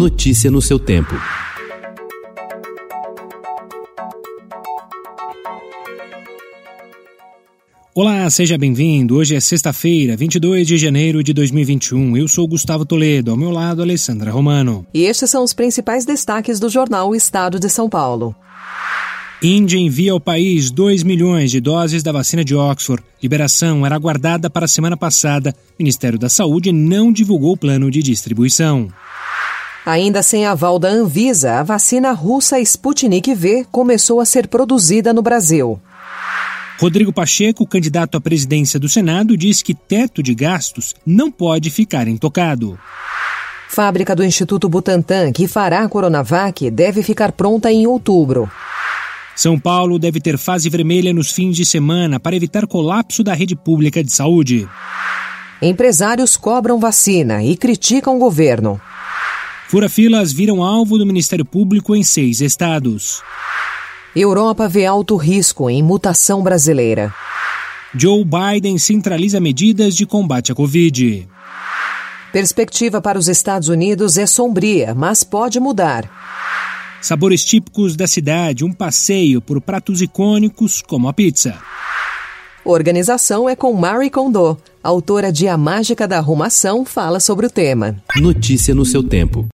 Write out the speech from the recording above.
Notícia no seu tempo. Olá, seja bem-vindo. Hoje é sexta-feira, 22 de janeiro de 2021. Eu sou Gustavo Toledo, ao meu lado, Alessandra Romano. E estes são os principais destaques do jornal O Estado de São Paulo. Índia envia ao país 2 milhões de doses da vacina de Oxford. Liberação era aguardada para a semana passada. O Ministério da Saúde não divulgou o plano de distribuição. Ainda sem aval da Anvisa, a vacina russa Sputnik V começou a ser produzida no Brasil. Rodrigo Pacheco, candidato à presidência do Senado, diz que teto de gastos não pode ficar intocado. Fábrica do Instituto Butantan, que fará a Coronavac, deve ficar pronta em outubro. São Paulo deve ter fase vermelha nos fins de semana para evitar colapso da rede pública de saúde. Empresários cobram vacina e criticam o governo. Fura-filas viram alvo do Ministério Público em seis estados. Europa vê alto risco em mutação brasileira. Joe Biden centraliza medidas de combate à Covid. Perspectiva para os Estados Unidos é sombria, mas pode mudar. Sabores típicos da cidade, um passeio por pratos icônicos como a pizza. Organização é com Mary Kondo, autora de A Mágica da Arrumação, fala sobre o tema. Notícia no seu tempo.